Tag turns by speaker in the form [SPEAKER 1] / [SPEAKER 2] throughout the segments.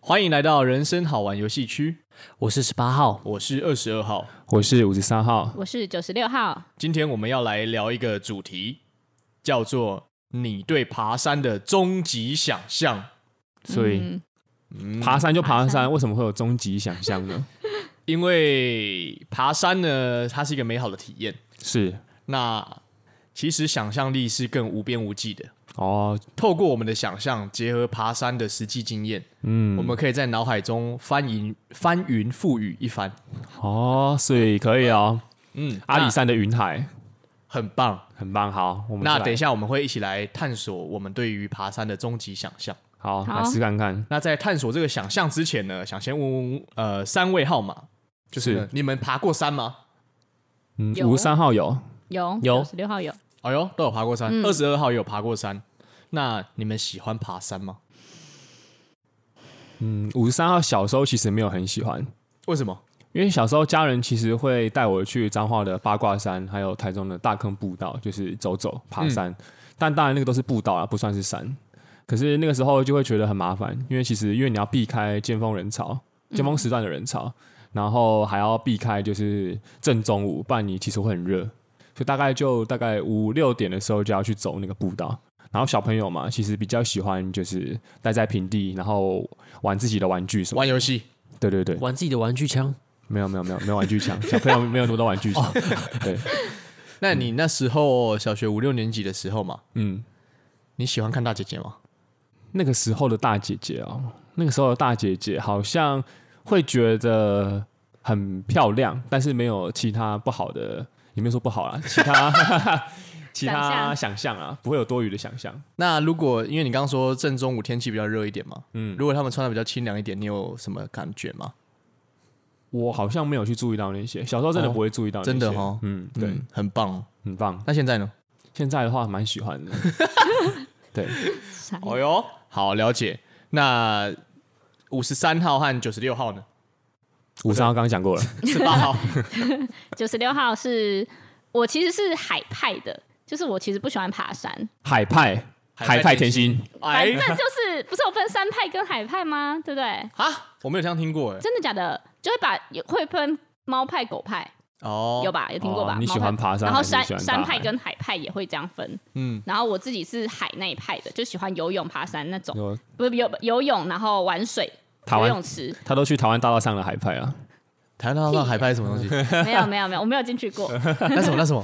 [SPEAKER 1] 欢迎来到人生好玩游戏区，
[SPEAKER 2] 我是十八号，
[SPEAKER 1] 我是二十二号。
[SPEAKER 3] 我是五十三号，
[SPEAKER 4] 我是九十六号，
[SPEAKER 1] 今天我们要来聊一个主题，叫做你对爬山的终极想象。
[SPEAKER 3] 所以
[SPEAKER 4] 嗯
[SPEAKER 1] 嗯
[SPEAKER 3] 爬山就爬
[SPEAKER 4] 爬
[SPEAKER 3] 山，
[SPEAKER 4] 山
[SPEAKER 3] 为什么会有终极想象 呢？
[SPEAKER 1] 因为爬山呢，它是一个美好的体验。
[SPEAKER 3] 是
[SPEAKER 1] 那其实想象力是更无边无际的。
[SPEAKER 3] 哦，
[SPEAKER 1] 透过我们的想象，结合爬山的实际经验，
[SPEAKER 3] 嗯
[SPEAKER 1] 我们可以在脑海中翻云翻云覆雨一番。
[SPEAKER 3] 哦，所以可以 哦，
[SPEAKER 1] 嗯，
[SPEAKER 4] 啊
[SPEAKER 3] 阿里
[SPEAKER 1] 那
[SPEAKER 3] 山的云海
[SPEAKER 1] 很棒。
[SPEAKER 3] 很棒，好，我们
[SPEAKER 1] 那
[SPEAKER 3] 再来
[SPEAKER 1] 等一下，我们会一起来探索我们对于爬山的终极想象。
[SPEAKER 3] 好
[SPEAKER 4] 好
[SPEAKER 3] 来试看看，
[SPEAKER 1] 那在探索这个想象之前呢，想先问问呃三位号码，就是
[SPEAKER 4] 啊
[SPEAKER 1] 呢你们爬过山吗？
[SPEAKER 3] 嗯，
[SPEAKER 4] 有
[SPEAKER 3] 五十三号有，
[SPEAKER 4] 有
[SPEAKER 2] 有
[SPEAKER 4] 九十六号有，
[SPEAKER 1] 哎呦，都有爬过山，
[SPEAKER 4] 嗯
[SPEAKER 1] 二十二号也有爬过山。那你们喜欢爬山吗？
[SPEAKER 3] 嗯，五十三号小时候其实没有很喜欢，
[SPEAKER 1] 为什么？
[SPEAKER 3] 因为小时候家人其实会带我去彰化的八卦山，还有台中的大坑步道，就是走走爬山。但当然那个都是步道啊，不算是山。可是那个时候就会觉得很麻烦，因为其实因为你要避开尖峰人潮、尖峰时段的人潮，然后还要避开就是正中午，不然你其实会很热。所以大概就大概五六点的时候就要去走那个步道。然后小朋友嘛，其实比较喜欢就是待在平地，然后玩自己的玩具什么。
[SPEAKER 1] 玩游戏？
[SPEAKER 3] 对对对，
[SPEAKER 2] 玩自己的玩具枪，
[SPEAKER 3] 没有没有没有没有玩具枪， 小朋友没有那么多玩具枪。 对，
[SPEAKER 1] 那你那时候小学五六年级的时候嘛，
[SPEAKER 3] 嗯，
[SPEAKER 1] 你喜欢看大姐姐吗？
[SPEAKER 3] 那个时候的大姐姐哦，那个时候的大姐姐好像会觉得很漂亮，但是没有其他不好的，也没有说不好啦，其 他其他想象啊，不会有多余的想象。
[SPEAKER 1] 那如果因为你刚刚说正中午天气比较热一点嘛，
[SPEAKER 3] 嗯，
[SPEAKER 1] 如果他们穿的比较清凉一点，你有什么感觉吗？
[SPEAKER 3] 我好像没有去注意到那些，小时候真的不会注意到那些，
[SPEAKER 1] 真的哦
[SPEAKER 3] 嗯，对，
[SPEAKER 1] 嗯，很棒。
[SPEAKER 3] 很棒。
[SPEAKER 1] 那现在呢？
[SPEAKER 3] 现在的话蛮喜 欢的，对，
[SPEAKER 4] 傻眼
[SPEAKER 1] 哦哟，好了解。那五十三号和九十六号呢？
[SPEAKER 3] 五三号刚刚讲过了，
[SPEAKER 1] 十八号，
[SPEAKER 4] 九十六号是我其实是海派的，就是我其实不喜欢爬山，
[SPEAKER 3] 海派海派甜心，
[SPEAKER 4] 反
[SPEAKER 1] 哎
[SPEAKER 4] 正就是不是有分山派跟海派吗？对不对？
[SPEAKER 1] 啊，我没有这样听过哎。
[SPEAKER 4] 真的假的？就会把也会分猫派、狗派，
[SPEAKER 1] 哦，
[SPEAKER 4] 有？吧？有听过吧？
[SPEAKER 3] 哦你喜
[SPEAKER 4] 猫
[SPEAKER 3] 欢
[SPEAKER 4] 派
[SPEAKER 3] 爬山
[SPEAKER 4] 然后
[SPEAKER 3] 还是
[SPEAKER 4] 山
[SPEAKER 3] 喜欢大
[SPEAKER 4] 山派
[SPEAKER 3] 海
[SPEAKER 4] 跟海派也会这样分，
[SPEAKER 1] 嗯，
[SPEAKER 4] 然后我自己是海那一派的，就喜欢游泳、爬山那种，
[SPEAKER 3] 有
[SPEAKER 4] 不是游游泳，然后玩水、
[SPEAKER 3] 台
[SPEAKER 4] 游
[SPEAKER 3] 湾
[SPEAKER 4] 泳池，
[SPEAKER 3] 他都去台湾大道上的海派啊，
[SPEAKER 1] 台湾大道海派是什么东西？
[SPEAKER 4] 没有没有没有，我没有进去过，
[SPEAKER 1] 那什么那什么？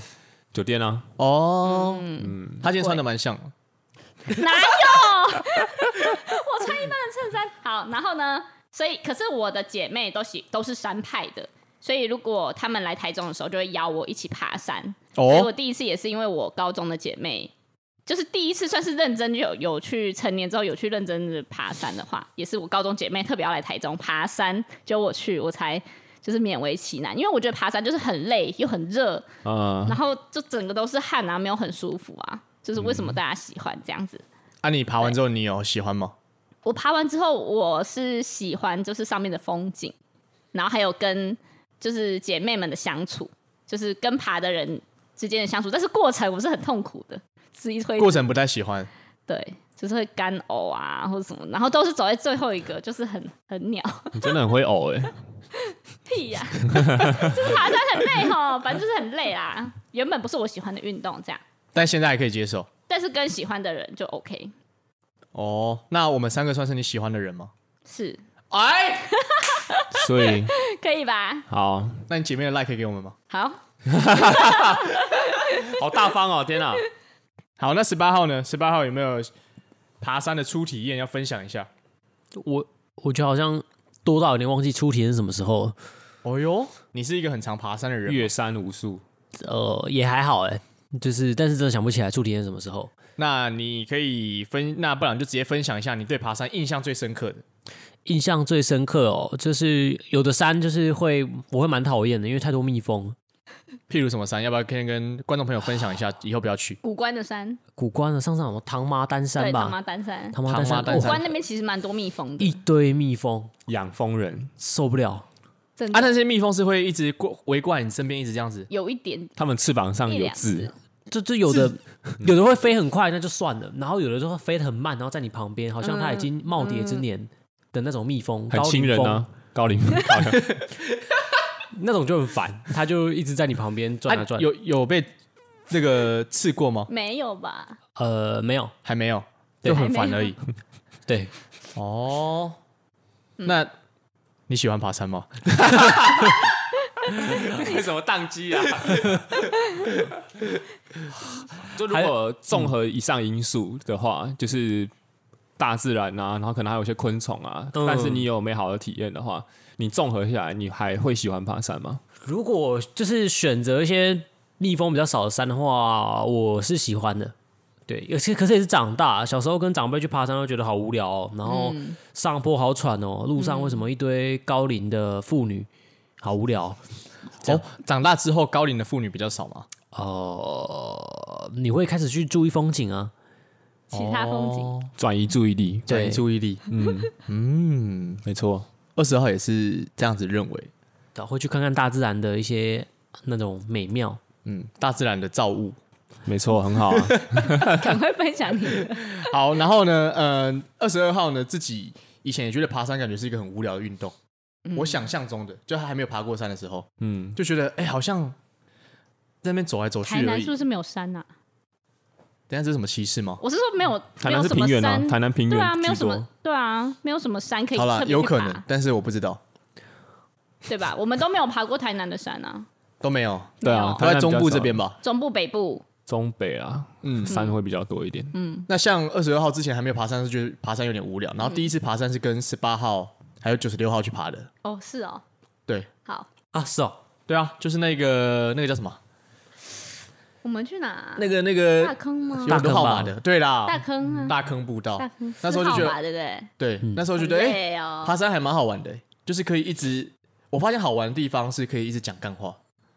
[SPEAKER 3] 酒店啊，
[SPEAKER 1] 哦，
[SPEAKER 4] 嗯
[SPEAKER 1] 他今天穿的蛮像的，
[SPEAKER 4] 哪有？我穿一般的衬衫。好，然后呢？所以，可是我的姐妹都喜都是山派的，所以如果她们来台中的时候，就会邀我一起爬山。所以我
[SPEAKER 1] 哦，
[SPEAKER 4] 第一次也是因为我高中的姐妹，就是第一次算是认真有有去成年之后有去认真的爬山的话，也是我高中姐妹特别要来台中爬山，就我去，我才就是勉为其难，因为我觉得爬山就是很累又很热，
[SPEAKER 3] 呃，
[SPEAKER 4] 然后就整个都是汗啊，没有很舒服啊，就是为什么大家喜欢这样子。
[SPEAKER 1] 啊，你爬完之后你有喜欢吗？
[SPEAKER 4] 我爬完之后，我是喜欢就是上面的风景，然后还有跟就是姐妹们的相处，就是跟爬的人之间的相处，但是过程我是很痛苦的，是一会
[SPEAKER 1] 过程不太喜欢，
[SPEAKER 4] 对，就是会干呕啊或者什么，然后都是走在最后一个，就是很很鸟
[SPEAKER 3] 你真的很会呕哎、
[SPEAKER 4] 屁呀、就是爬山很累哈，反正就是很累啦。原本不是我喜欢的运动，这样，
[SPEAKER 1] 但现在还可以接受。
[SPEAKER 4] 但是跟喜欢的人就 OK，
[SPEAKER 1] 哦，那我们三个算是你喜欢的人吗？
[SPEAKER 4] 是
[SPEAKER 1] 哎，
[SPEAKER 3] 所以
[SPEAKER 4] 可以吧？
[SPEAKER 3] 好
[SPEAKER 1] 那你姐妹的 like 可以给我们吗？
[SPEAKER 4] 好，
[SPEAKER 3] 好大方哦，天哪！
[SPEAKER 1] 好，那十八号呢？十八号有没有爬山的初体验要分享一下？
[SPEAKER 2] 我我觉得好像多到有点忘记出题是什么时候了，
[SPEAKER 1] 哦哟，你是一个很常爬山的人吗，
[SPEAKER 3] 月山无数，
[SPEAKER 2] 呃，也还好哎、就是但是真的想不起来出题是什么时候。
[SPEAKER 1] 那你可以分，那不然就直接分享一下你对爬山印象最深刻的。
[SPEAKER 2] 印象最深刻哦，就是有的山就是会我会蛮讨厌的，因为太多蜜蜂。
[SPEAKER 1] 譬如什么山，要不要先跟观众朋友分享一下？以后不要去。
[SPEAKER 4] 古关的山，
[SPEAKER 2] 古关啊的上上什么唐妈丹山
[SPEAKER 4] 对，唐
[SPEAKER 2] 吧，
[SPEAKER 4] 妈丹山，
[SPEAKER 2] 唐妈丹山
[SPEAKER 1] 唐妈丹
[SPEAKER 4] 古
[SPEAKER 1] 山
[SPEAKER 2] 哦
[SPEAKER 4] 关那边其实蛮多蜜蜂的，
[SPEAKER 2] 一堆蜜蜂，
[SPEAKER 3] 养蜂人，
[SPEAKER 2] 受不了。
[SPEAKER 4] 真的、
[SPEAKER 1] 啊，那些蜜蜂是会一直过围过来你身边，一直这样子。
[SPEAKER 4] 有一点
[SPEAKER 3] 他们翅膀上
[SPEAKER 4] 一
[SPEAKER 3] 有
[SPEAKER 4] 两
[SPEAKER 3] 字
[SPEAKER 4] 次，，
[SPEAKER 2] 就就有的 有的会飞很快，那就算了，然后有的就会飞得很慢，然后在你旁边，好像它已经耄耋之年，的那种蜜蜂，
[SPEAKER 3] 很
[SPEAKER 2] 高
[SPEAKER 3] 亲
[SPEAKER 2] 龄
[SPEAKER 3] 人
[SPEAKER 2] 蜂
[SPEAKER 3] 啊，高龄 高龄
[SPEAKER 2] 那种就很烦， 它就一直在你旁边转啊
[SPEAKER 1] 啊，
[SPEAKER 2] 转。
[SPEAKER 1] 有有被那个刺过吗？
[SPEAKER 4] 没有吧？
[SPEAKER 2] 呃，没有，
[SPEAKER 1] 还没有，
[SPEAKER 2] 对
[SPEAKER 1] 就很烦而已。
[SPEAKER 2] 对，
[SPEAKER 1] 哦，那你喜欢爬山吗？
[SPEAKER 3] 为什么宕机 啊？就如果综合以上因素的话，就是大自然啊，然后可能还有一些昆虫啊，
[SPEAKER 2] 嗯
[SPEAKER 3] 但是你有美好的体验的话，你综合下来，你还会喜欢爬山吗？
[SPEAKER 2] 如果就是选择一些蜜蜂比较少的山的话，我是喜欢的。对，而且可是也是长大，小时候跟长辈去爬山都觉得好无聊、哦，然后
[SPEAKER 3] 嗯
[SPEAKER 2] 上坡好喘哦，路上为什么一堆高龄的妇女，好无聊
[SPEAKER 1] 哦，长大之后高龄的妇女比较少吗？
[SPEAKER 2] 哦、呃你会开始去注意风景啊，
[SPEAKER 4] 其他风景，
[SPEAKER 1] 哦
[SPEAKER 3] 转移注意力，
[SPEAKER 1] 转移
[SPEAKER 2] 对
[SPEAKER 1] 注意力。
[SPEAKER 3] 嗯，
[SPEAKER 1] 嗯，
[SPEAKER 3] 没错，
[SPEAKER 1] 二十号也是这样子认为。
[SPEAKER 2] 对啊会去看看大自然的一些那种美妙。
[SPEAKER 1] 嗯，大自然的造物。
[SPEAKER 3] 没错，很好啊。
[SPEAKER 4] 赶快分享 你的。
[SPEAKER 1] 好，然后呢，呃，二十二号呢，自己以前也觉得爬山感觉是一个很无聊的运动。我想象中的，就他还没有爬过山的时候，
[SPEAKER 3] 嗯，
[SPEAKER 1] 就觉得哎、好像在那边走来走去
[SPEAKER 4] 台
[SPEAKER 1] 而
[SPEAKER 4] 南
[SPEAKER 1] 已。
[SPEAKER 4] 是不是没有山呐、
[SPEAKER 1] 等一下这是什么歧视吗？
[SPEAKER 4] 我是说没有，
[SPEAKER 3] 台
[SPEAKER 4] 没
[SPEAKER 3] 南
[SPEAKER 4] 有
[SPEAKER 3] 是
[SPEAKER 4] 什
[SPEAKER 3] 平
[SPEAKER 4] 么
[SPEAKER 3] 原啊
[SPEAKER 4] 山，，
[SPEAKER 3] 台南平原
[SPEAKER 4] 对啊，没有
[SPEAKER 3] 居
[SPEAKER 4] 什
[SPEAKER 3] 多
[SPEAKER 4] 么，对啊，没有什么山可以
[SPEAKER 1] 好啦
[SPEAKER 4] 特，别
[SPEAKER 1] 有
[SPEAKER 4] 去
[SPEAKER 1] 可
[SPEAKER 4] 爬
[SPEAKER 1] 能，但是我不知道，
[SPEAKER 4] 对吧？我们都没有爬过台南的 山啊，
[SPEAKER 1] 都没有，
[SPEAKER 3] 对
[SPEAKER 4] 没
[SPEAKER 3] 啊
[SPEAKER 4] 有，
[SPEAKER 1] 都
[SPEAKER 3] 台南
[SPEAKER 1] 在
[SPEAKER 3] 比较
[SPEAKER 1] 中部这
[SPEAKER 3] 少
[SPEAKER 1] 边吧。
[SPEAKER 4] 中部、北部，
[SPEAKER 3] 中北啊，
[SPEAKER 1] 嗯
[SPEAKER 3] 嗯，山会比较多一点。？
[SPEAKER 1] 那像二十二号之前还没有爬山，是觉得爬山有点无聊。然后第一次爬山是跟十八号还有九十六号去爬的。
[SPEAKER 4] 哦，是哦，
[SPEAKER 1] 对，
[SPEAKER 4] 好，
[SPEAKER 2] 啊，是哦，
[SPEAKER 1] 对啊，就是那个那个叫什么？
[SPEAKER 4] 我们去哪啊？
[SPEAKER 1] 那个那
[SPEAKER 4] 大
[SPEAKER 1] 个
[SPEAKER 4] 坑吗？
[SPEAKER 1] 有很多号码的，对啦，
[SPEAKER 4] 大坑啊，
[SPEAKER 1] 大坑步道
[SPEAKER 4] 大坑。四
[SPEAKER 1] 那时候就
[SPEAKER 4] 号
[SPEAKER 1] 觉
[SPEAKER 4] 吧
[SPEAKER 1] 得，
[SPEAKER 4] 对不对？
[SPEAKER 1] 对，那时候觉得，哎，
[SPEAKER 4] 对哦，
[SPEAKER 1] 爬山还蛮好玩的，就是可以一直。我发现好玩的地方是可以一直讲干话，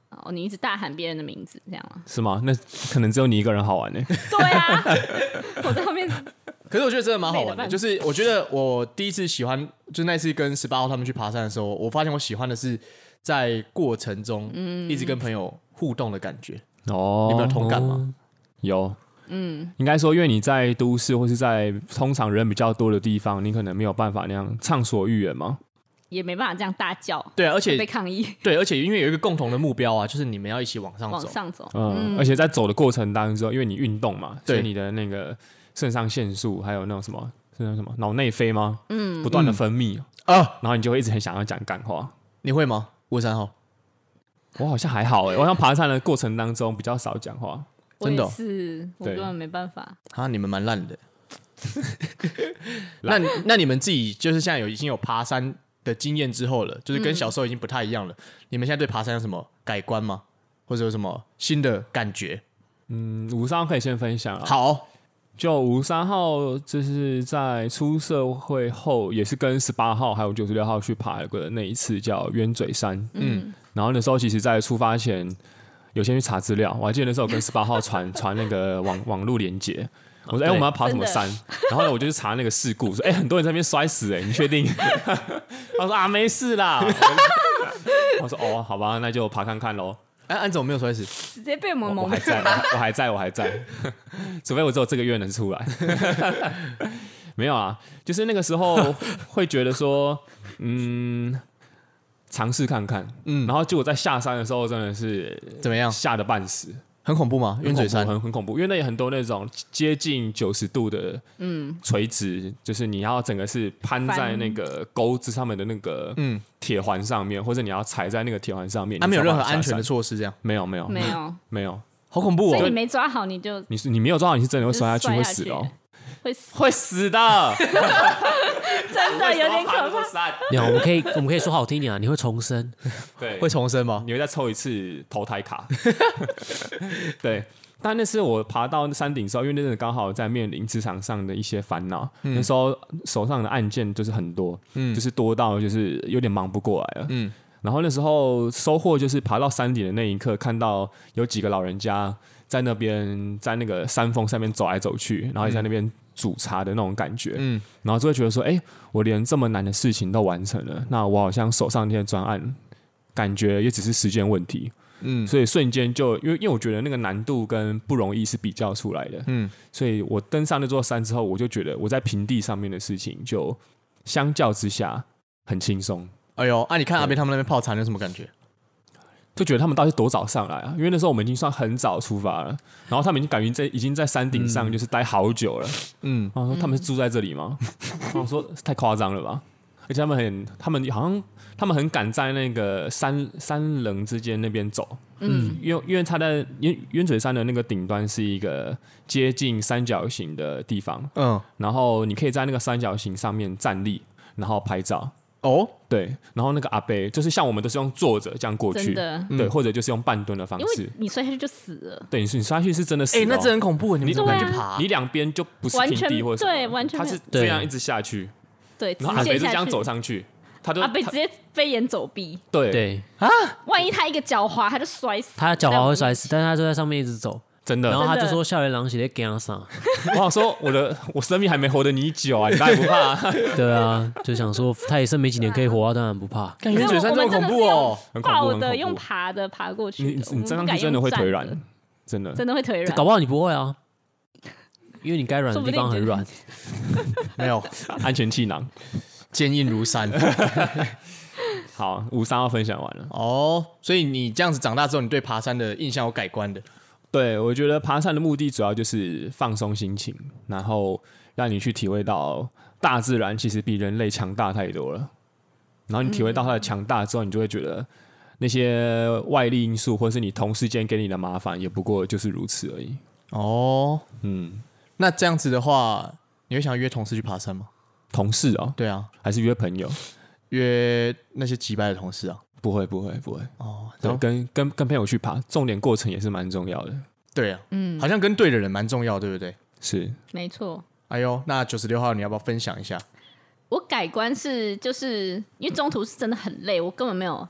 [SPEAKER 4] 哦，你一直大喊别人的名字，这样吗
[SPEAKER 3] 是吗？那可能只有你一个人好玩呢、
[SPEAKER 4] 对啊， 我在后面，
[SPEAKER 1] 可是我觉得真的蛮好玩
[SPEAKER 4] 累得
[SPEAKER 1] 的。
[SPEAKER 4] 半
[SPEAKER 1] 就
[SPEAKER 4] 死
[SPEAKER 1] 是我觉得我第一次喜欢，就那次跟十八号他们去爬山的时候，我发现我喜欢的是在过程中
[SPEAKER 4] 嗯
[SPEAKER 1] 一直跟朋友互动的感觉。
[SPEAKER 3] 哦，
[SPEAKER 1] 你们有同感吗？
[SPEAKER 3] 有，嗯，应该说，因为你在都市或是在通常人比较多的地方，你可能没有办法那样畅所欲言嘛。
[SPEAKER 4] 也没办法这样大叫，
[SPEAKER 1] 对啊，而且
[SPEAKER 4] 被抗议，
[SPEAKER 1] 对，而且因为有一个共同的目标啊，就是你们要一起往上
[SPEAKER 4] 往
[SPEAKER 1] 走。
[SPEAKER 4] 上走，
[SPEAKER 3] 嗯，而且在走的过程当中，因为你运动嘛，
[SPEAKER 1] 对
[SPEAKER 3] 所以你的那个肾上腺素还有那种什么，是那什么脑内啡吗？嗯，不断的分泌，
[SPEAKER 1] 啊，
[SPEAKER 3] 然后你就会一直很想要讲干话。
[SPEAKER 1] 你会吗？五三号，
[SPEAKER 3] 我好像还好哎、我好像爬山的过程当中比较少讲话。
[SPEAKER 4] 我
[SPEAKER 1] 真的
[SPEAKER 4] 也
[SPEAKER 1] 哦
[SPEAKER 4] 是，我
[SPEAKER 3] 对
[SPEAKER 4] 根本没办法，
[SPEAKER 1] 啊，你们蛮烂的。那那你们自己就是现在有已经有爬山的经验之后了，就是跟小时候已经不太一样了。你们现在对爬山有什么改观吗？或者有什么新的感觉？
[SPEAKER 3] 嗯，五三号可以先分享啊。
[SPEAKER 1] 好，
[SPEAKER 3] 就五十三号，就是在出社会后，也是跟十八号还有九十六号去爬过的那一次叫鸢嘴山。
[SPEAKER 1] 嗯，
[SPEAKER 3] 然后那时候其实，在出发前有先去查资料，我还记得那时候跟十八号传传那个网网路连接，我说哎、
[SPEAKER 2] 对
[SPEAKER 3] 我们要爬什么
[SPEAKER 4] 真的
[SPEAKER 3] 山？然后呢，我就去查那个事故，说哎、很多人在那边摔死哎、你确定？ 他说啊没事啦。 我说哦好吧，那就爬看看喽。
[SPEAKER 1] 哎、安总没有摔死，
[SPEAKER 4] 直接被我
[SPEAKER 3] 我
[SPEAKER 4] 们
[SPEAKER 3] 我
[SPEAKER 4] 蒙
[SPEAKER 3] 还
[SPEAKER 4] 住
[SPEAKER 3] 在，
[SPEAKER 4] 了。
[SPEAKER 3] 我还在，我还在， 除非我只有这个月能出来。 没有啊，就是那个时候会觉得说，嗯，尝试看看，嗯，然后结果在下山的时候真的是
[SPEAKER 1] 怎么样？
[SPEAKER 3] 吓得半死，
[SPEAKER 1] 很恐怖吗？
[SPEAKER 3] 呃很
[SPEAKER 1] 鸢嘴
[SPEAKER 3] 恐怖
[SPEAKER 1] 山
[SPEAKER 3] 很很恐怖，因为那有很多那种接近九十度的，嗯，垂直，就是你要整个是攀在
[SPEAKER 4] 翻
[SPEAKER 3] 那个钩子上面的那个
[SPEAKER 1] 嗯
[SPEAKER 3] 嗯铁环上面，或者你要踩在那个铁环上面，
[SPEAKER 1] 它、啊、
[SPEAKER 3] 你
[SPEAKER 1] 没有
[SPEAKER 3] 才有
[SPEAKER 1] 任何
[SPEAKER 3] 办法
[SPEAKER 1] 安
[SPEAKER 3] 下
[SPEAKER 1] 全的
[SPEAKER 3] 山，
[SPEAKER 1] 措施，这样
[SPEAKER 3] 没有没有
[SPEAKER 4] 没有，
[SPEAKER 3] 没有，
[SPEAKER 1] 好恐怖
[SPEAKER 4] 所以你
[SPEAKER 1] 哦！
[SPEAKER 4] 没抓好，你就
[SPEAKER 3] 嗯你是你没有抓好，你是真的会摔下去，
[SPEAKER 4] 就是
[SPEAKER 3] 会
[SPEAKER 4] 摔下
[SPEAKER 3] 死
[SPEAKER 4] 去
[SPEAKER 3] 哦，
[SPEAKER 4] 会死，
[SPEAKER 3] 会死 的，
[SPEAKER 4] 真的有点可怕。
[SPEAKER 3] 哦怕。
[SPEAKER 2] 没有，我们可以我们可以说好听一点啊，你会重生。
[SPEAKER 3] 对，
[SPEAKER 1] 会重生吗？
[SPEAKER 3] 你会再抽一次投胎卡。 对，但那次我爬到山顶的时候，因为那阵子刚好在面临职场上的一些烦恼，
[SPEAKER 1] 嗯
[SPEAKER 3] 那时候手上的案件就是很多，就是多到就是有点忙不过来了，
[SPEAKER 1] 嗯
[SPEAKER 3] 然后那时候收获就是爬到山顶的那一刻，看到有几个老人家在那边在那个山峰上面走来走去，然后也在那边煮茶的那种感觉，
[SPEAKER 1] 嗯
[SPEAKER 3] 然后就会觉得说，哎、我连这么难的事情都完成了，那我好像手上那些专案，感觉也只是时间问题。
[SPEAKER 1] 嗯
[SPEAKER 3] 所以瞬间就，因为因为我觉得那个难度跟不容易是比较出来的，
[SPEAKER 1] 嗯
[SPEAKER 3] 所以我登上那座山之后，我就觉得我在平地上面的事情就相较之下很轻松，
[SPEAKER 1] 哎呦，啊，你看阿边他们那边泡茶，你有什么感觉？
[SPEAKER 3] 就觉得他们到底多早上来啊？因为那时候我们已经算很早出发了，然后他们已经感觉在已经在山顶上就是待好久了。
[SPEAKER 1] 嗯，
[SPEAKER 3] 然后说他们是住在这里吗？然后说太夸张了吧！而且他们很，他们好像他们很敢在那个山山棱之间那边走，
[SPEAKER 4] 嗯，
[SPEAKER 3] 因为因为它在烟烟水山的那个顶端是一个接近三角形的地方，
[SPEAKER 1] 嗯，
[SPEAKER 3] 然后你可以在那个三角形上面站立，然后拍照。
[SPEAKER 1] 哦，
[SPEAKER 3] 对，然后那个阿贝就是像我们都是用坐着这样过去
[SPEAKER 4] 真，的，
[SPEAKER 3] 对，或者就是用半蹲的方
[SPEAKER 4] 因
[SPEAKER 3] 式
[SPEAKER 4] 为。你摔下去就死了，
[SPEAKER 3] 对，你是你摔下去是真的死、哦，
[SPEAKER 1] 哎，那真的很恐怖，你们怎么敢去
[SPEAKER 4] 对啊
[SPEAKER 1] 爬？
[SPEAKER 3] 你两边就不是
[SPEAKER 4] 完
[SPEAKER 3] 平
[SPEAKER 4] 全
[SPEAKER 3] 地或者什么
[SPEAKER 4] 对完全
[SPEAKER 3] 它
[SPEAKER 4] 没有
[SPEAKER 3] 是这
[SPEAKER 2] 对
[SPEAKER 3] 样一直下去，
[SPEAKER 4] 对，直
[SPEAKER 3] 然后阿
[SPEAKER 4] 线
[SPEAKER 3] 北就
[SPEAKER 4] 下
[SPEAKER 3] 这
[SPEAKER 4] 去，
[SPEAKER 3] 样走上去，他就
[SPEAKER 4] 阿北
[SPEAKER 3] 他
[SPEAKER 4] 直接飞檐走壁，
[SPEAKER 3] 对
[SPEAKER 2] 对，
[SPEAKER 4] 万一他一个脚滑，他就摔死，
[SPEAKER 2] 他脚
[SPEAKER 4] 在我
[SPEAKER 2] 滑会
[SPEAKER 4] 们
[SPEAKER 2] 摔死，但是他就在上面一直走，
[SPEAKER 3] 真的
[SPEAKER 2] 然。后他
[SPEAKER 4] 真
[SPEAKER 2] 就
[SPEAKER 4] 的
[SPEAKER 2] 说校园狼是在干啥？
[SPEAKER 3] 我想说我的 我生命还没活得你久啊，你当然不怕、 啊，
[SPEAKER 2] 对啊，就想说他也剩没几年可以活啊，当然不怕。
[SPEAKER 1] 看烟水山这么恐怖哦，
[SPEAKER 3] 很恐怖，
[SPEAKER 4] 抱
[SPEAKER 3] 很恐
[SPEAKER 4] 的
[SPEAKER 3] 怖。
[SPEAKER 4] 用爬的爬过去的，
[SPEAKER 3] 你
[SPEAKER 4] 我
[SPEAKER 3] 你
[SPEAKER 4] 们
[SPEAKER 3] 站
[SPEAKER 4] 不
[SPEAKER 3] 上
[SPEAKER 4] 敢
[SPEAKER 3] 去真的
[SPEAKER 4] 用
[SPEAKER 3] 会
[SPEAKER 4] 站
[SPEAKER 3] 腿软
[SPEAKER 4] 的，
[SPEAKER 3] 真的。
[SPEAKER 4] 真的会腿软，
[SPEAKER 2] 搞不好你不会啊，因为你该软的地方很软。
[SPEAKER 1] 没有，
[SPEAKER 3] 安全气囊。
[SPEAKER 1] 坚硬如山。
[SPEAKER 3] 好，五三要分享完了。
[SPEAKER 1] 哦，所以你这样子长大之后，你对爬山的印象有改观的。
[SPEAKER 3] 对，我觉得爬山的目的主要就是放松心情，然后让你去体会到大自然其实比人类强大太多了。然后你体会到它的
[SPEAKER 4] 嗯
[SPEAKER 3] 强大之后，你就会觉得那些外力因素，或是你同事间给你的麻烦，也不过就是如此而已。
[SPEAKER 1] 哦，
[SPEAKER 3] 嗯，
[SPEAKER 1] 那这样子的话，你会想约同事去爬山吗？
[SPEAKER 3] 同事哦，
[SPEAKER 1] 对啊，
[SPEAKER 3] 还是约朋友？
[SPEAKER 1] 约那些击败的同事啊。
[SPEAKER 3] 不会，不会，不会。
[SPEAKER 1] 哦，
[SPEAKER 3] 对，跟跟跟朋友去爬，重点过程也是蛮重要的。
[SPEAKER 1] 对啊，
[SPEAKER 4] 嗯，
[SPEAKER 1] 好像跟对的人蛮重要，对不对？
[SPEAKER 3] 是，
[SPEAKER 4] 没错。
[SPEAKER 1] 哎呦，那九十六号你要不要分享一下？
[SPEAKER 4] 我改观是就是因为中途是真的很累，我根本没有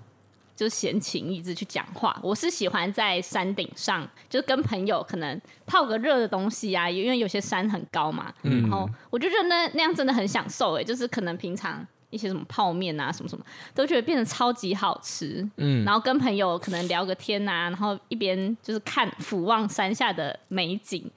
[SPEAKER 4] 就是闲情逸致去讲话。我是喜欢在山顶上，就是跟朋友可能泡个热的东西啊，因为有些山很高嘛。然后我就觉得那那样真的很享受诶、欸就是可能平常一些什么泡面啊什么什么，都觉得变得超级好吃。
[SPEAKER 1] 嗯，
[SPEAKER 4] 然后跟朋友可能聊个天啊，然后一边就是看俯望山下的美景，